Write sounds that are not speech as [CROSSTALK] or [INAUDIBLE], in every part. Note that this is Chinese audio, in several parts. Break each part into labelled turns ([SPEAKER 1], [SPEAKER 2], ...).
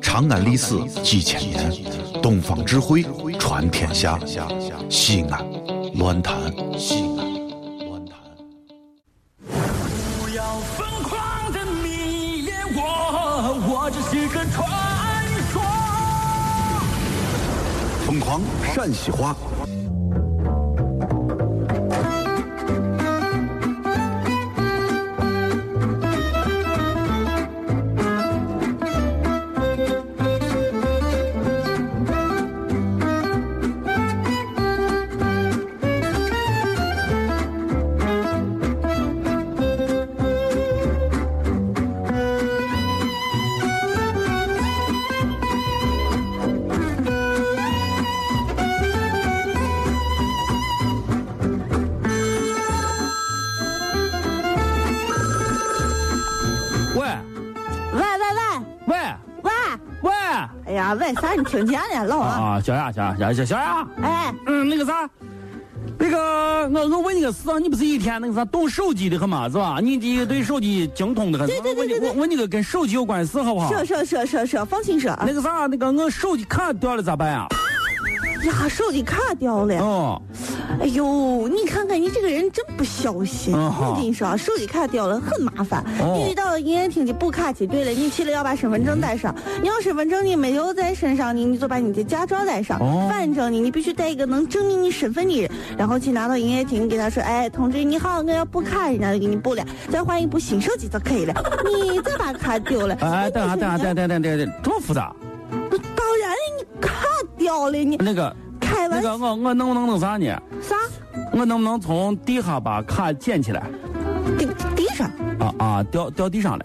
[SPEAKER 1] 长安历史几千年，东方智慧传天下。西安，乱谈西安，乱谈。
[SPEAKER 2] 不要疯狂的迷恋我，我只是个传说。
[SPEAKER 1] 疯狂陕西话，
[SPEAKER 3] 喂
[SPEAKER 4] 喂喂喂
[SPEAKER 3] 喂
[SPEAKER 4] 喂！
[SPEAKER 3] 喂！
[SPEAKER 2] 啊
[SPEAKER 4] 哎呀，喂啥？你听见了，老王？
[SPEAKER 3] 啊，小雅，小雅，小雅，小雅，
[SPEAKER 4] 哎，
[SPEAKER 3] 嗯，那个啥，那个我我问你个事啊，你不是一天那个啥动手机的很嘛是吧？你这对手机精通的很，啊
[SPEAKER 4] 对对对
[SPEAKER 3] 我问你
[SPEAKER 4] 对对
[SPEAKER 3] 我问你个跟手机有关的事好不好？
[SPEAKER 4] 说说说说说，放心说啊
[SPEAKER 3] 那！个啥，那个我手机卡掉了咋办呀？
[SPEAKER 4] 呀，手机卡掉了。
[SPEAKER 3] 哦，
[SPEAKER 4] 哎呦，你看看你这个人真不小心！
[SPEAKER 3] 嗯好
[SPEAKER 4] 我跟你说啊，手机卡掉了很麻烦。
[SPEAKER 3] 哦
[SPEAKER 4] 你遇到营业厅的补卡机，对了，你去了要把身份证带上。
[SPEAKER 3] 嗯
[SPEAKER 4] 你要身份证你没有在身上呢，你就把你的驾照带上
[SPEAKER 3] 哦。
[SPEAKER 4] 反正呢，你必须带一个能证明你身份的人，然后去拿到营业厅，给他说：“哎，同志你好，我要补卡，人家就给你补了，再换一部新手机就可以
[SPEAKER 3] [LAUGHS]
[SPEAKER 4] 了。你再把卡丢了。”
[SPEAKER 3] 哎，等下等下
[SPEAKER 4] 你
[SPEAKER 3] 等下等下等下，这么复杂？
[SPEAKER 4] 当然，你卡掉了你，
[SPEAKER 3] 那个
[SPEAKER 4] 开
[SPEAKER 3] 那
[SPEAKER 4] 玩
[SPEAKER 3] 个，我我能不能弄啥呢？
[SPEAKER 4] 啥？
[SPEAKER 3] 我能不能从地下把卡捡起来？
[SPEAKER 4] 地地上？呃
[SPEAKER 3] 啊啊，掉掉地上了。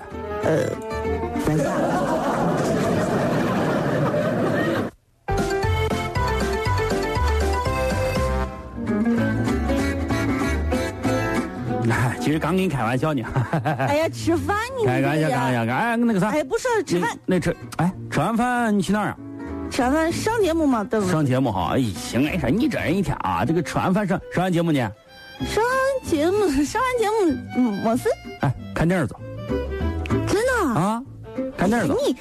[SPEAKER 3] [LAUGHS]
[SPEAKER 4] 等下，
[SPEAKER 3] 哎，其实刚跟你开玩笑呢。 [LAUGHS]
[SPEAKER 4] [LAUGHS] 哎呀，吃饭你
[SPEAKER 3] 开
[SPEAKER 4] 这
[SPEAKER 3] 个玩
[SPEAKER 4] 个
[SPEAKER 3] 笑，开玩
[SPEAKER 4] 人，
[SPEAKER 3] 笑，哎，那个啥，
[SPEAKER 4] 哎，不是吃饭，
[SPEAKER 3] 那那吃，哎，吃完饭你去哪儿啊？
[SPEAKER 4] 吃完饭上节目嘛，对不对？
[SPEAKER 3] 上节目哈，哎，行，哎，你这人一天啊，这个吃完饭上上完节目呢，
[SPEAKER 4] 上完节目，上完节目嗯没事，
[SPEAKER 3] 哎，看电影走
[SPEAKER 4] 真的。
[SPEAKER 3] 啊，看电影走。
[SPEAKER 4] 你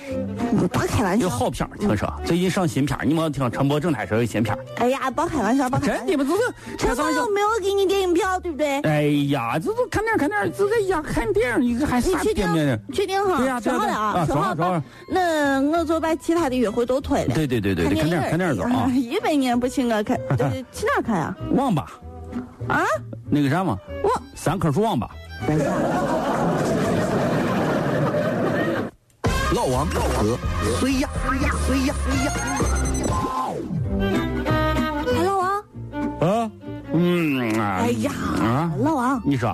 [SPEAKER 4] 你别开玩
[SPEAKER 3] 有
[SPEAKER 4] 笑，
[SPEAKER 3] 好片儿，听
[SPEAKER 4] 嗯
[SPEAKER 3] 说最近上新片儿，你们听陈柏正台说有新片儿，
[SPEAKER 4] 哎呀，别开玩笑，别开
[SPEAKER 3] 真
[SPEAKER 4] 玩笑。
[SPEAKER 3] 的不就是开
[SPEAKER 4] 陈
[SPEAKER 3] 玩
[SPEAKER 4] 总
[SPEAKER 3] 笑
[SPEAKER 4] 又？没有给你电影票，对不对？
[SPEAKER 3] 哎呀，这都看电影看电影，这个呀看电影，你这还
[SPEAKER 4] 你
[SPEAKER 3] 啥
[SPEAKER 4] 确
[SPEAKER 3] 电影
[SPEAKER 4] 定？？确定哈？
[SPEAKER 3] 对呀对
[SPEAKER 4] 说
[SPEAKER 3] 呀对
[SPEAKER 4] 好了
[SPEAKER 3] 呀啊
[SPEAKER 4] 啊，
[SPEAKER 3] 说好
[SPEAKER 4] 好
[SPEAKER 3] 说好
[SPEAKER 4] 吧。那我就把其他的约会都推了。
[SPEAKER 3] 对对对对对，看电影看电影走
[SPEAKER 4] 哎
[SPEAKER 3] 啊
[SPEAKER 4] 呀，一百年不请
[SPEAKER 3] [LAUGHS]
[SPEAKER 4] 我看，对对去哪儿看呀？
[SPEAKER 3] 网吧
[SPEAKER 4] 啊，
[SPEAKER 3] 那个啥嘛，
[SPEAKER 4] 我。
[SPEAKER 3] 三棵树网吧。
[SPEAKER 1] 老王和谁呀谁呀谁呀？
[SPEAKER 4] 哎，老王，
[SPEAKER 3] 啊，嗯啊，
[SPEAKER 4] 哎呀，
[SPEAKER 3] 啊，
[SPEAKER 4] 老王，
[SPEAKER 3] 你说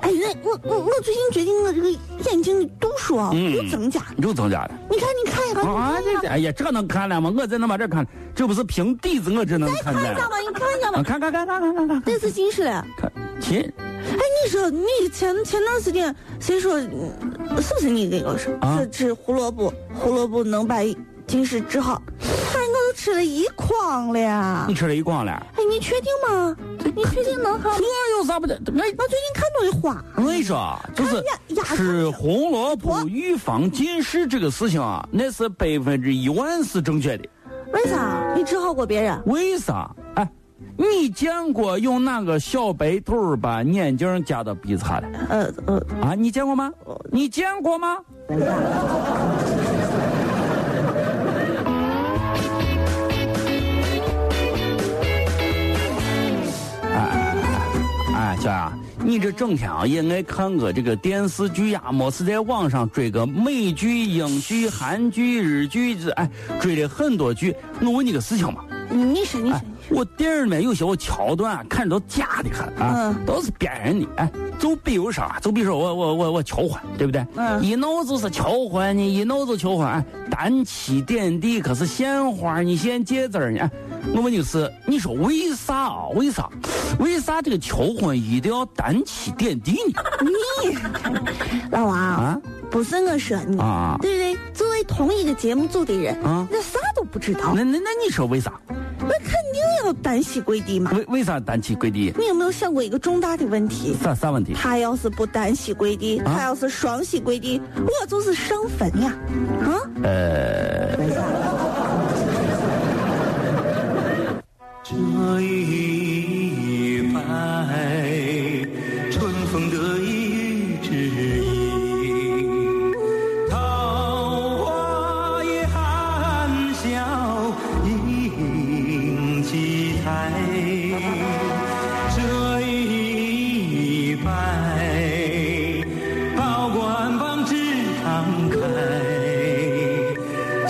[SPEAKER 4] 哎，那我我我最近决定了，这个眼睛的度数啊
[SPEAKER 3] 嗯
[SPEAKER 4] 又增加。
[SPEAKER 3] 又增加了。
[SPEAKER 4] 你看，你看一看，
[SPEAKER 3] 啊，这这哎呀，这能看了吗？我真能把这看，这不是平底子，我真能看
[SPEAKER 4] 看
[SPEAKER 3] 见
[SPEAKER 4] 一下
[SPEAKER 3] 了。
[SPEAKER 4] 吧，你看一下
[SPEAKER 3] 啊，
[SPEAKER 4] 吧，
[SPEAKER 3] 看看看看看看看
[SPEAKER 4] 这次近视了。
[SPEAKER 3] 看，亲
[SPEAKER 4] 哎，你说你前前段时间谁说，嗯是不是你给我说
[SPEAKER 3] 啊
[SPEAKER 4] 说吃胡萝卜，胡萝卜能把近视治好？哎，我都吃了一筐了呀
[SPEAKER 3] 你。吃了一光了，
[SPEAKER 4] 哎，你确定吗？你确定能好吗？
[SPEAKER 3] 这有啥不得？哎，
[SPEAKER 4] 我最近看东西花。
[SPEAKER 3] 我跟你说啊，就是
[SPEAKER 4] 哎呀呀
[SPEAKER 3] 吃红萝卜预防近视这个事情啊，那是百分之一万是正确的。
[SPEAKER 4] 为啥？你治好过别人？
[SPEAKER 3] 为啥？哎，你见过用那个小白兔把眼镜夹到鼻子下的
[SPEAKER 4] 呃呃，
[SPEAKER 3] 啊？你见过吗？你见过吗？哎，小杨，你这整天啊也爱看个这个电视剧呀、没事在网上追个美剧、英剧、韩剧、日剧，这哎，追了很多剧。我问你个事情嘛，
[SPEAKER 4] 你说你说
[SPEAKER 3] 哎，，我电影里面有些我桥段啊，看着都假的很啊，
[SPEAKER 4] 嗯
[SPEAKER 3] 都是编人的。哎，就比如说啊，就比如说我我我我求婚，对不对？
[SPEAKER 4] 嗯
[SPEAKER 3] 一闹就是求婚呢，一闹就求婚，哎，单膝点地可是献花，你献戒指呢。哎，我问你个事，你说为啥啊？为啥？为啥这个求婚一定要单膝点地呢？
[SPEAKER 4] 你 [LAUGHS] 老王
[SPEAKER 3] 啊
[SPEAKER 4] 不是我说你，
[SPEAKER 3] 啊
[SPEAKER 4] 对不对？作为同一个节目组的人，
[SPEAKER 3] 啊嗯
[SPEAKER 4] 那啥都不知道，
[SPEAKER 3] 那那那你说为啥？
[SPEAKER 4] 那肯定要单膝跪地嘛。
[SPEAKER 3] 为为啥单膝跪地？
[SPEAKER 4] 你有没有想过一个重大的问题？
[SPEAKER 3] 啥啥问题？
[SPEAKER 4] 他要是不单膝跪地，
[SPEAKER 3] 啊
[SPEAKER 4] 他要是双膝跪地，我就是上坟呀！啊，
[SPEAKER 3] 呃，
[SPEAKER 4] 婚纱。
[SPEAKER 2] 这一拜，春风得意之意，桃花也含笑映几台。这一拜，保管方知常开。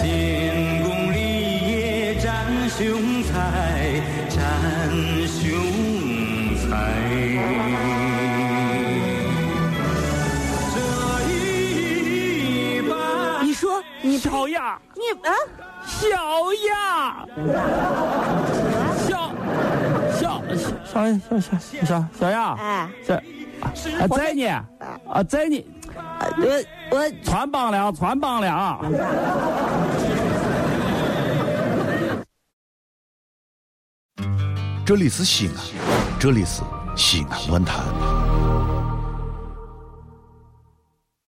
[SPEAKER 2] 建功立业展雄才，展雄才。这一拜，
[SPEAKER 4] 你说你
[SPEAKER 3] 小雅，
[SPEAKER 4] 你啊，
[SPEAKER 3] 小雅，小小小小小小小小雅，
[SPEAKER 4] 哎，
[SPEAKER 3] 小啊在呢，啊在呢，
[SPEAKER 4] 呃我我
[SPEAKER 3] 穿帮了，穿帮了啊。
[SPEAKER 1] 这里是西安，这里是西安论坛。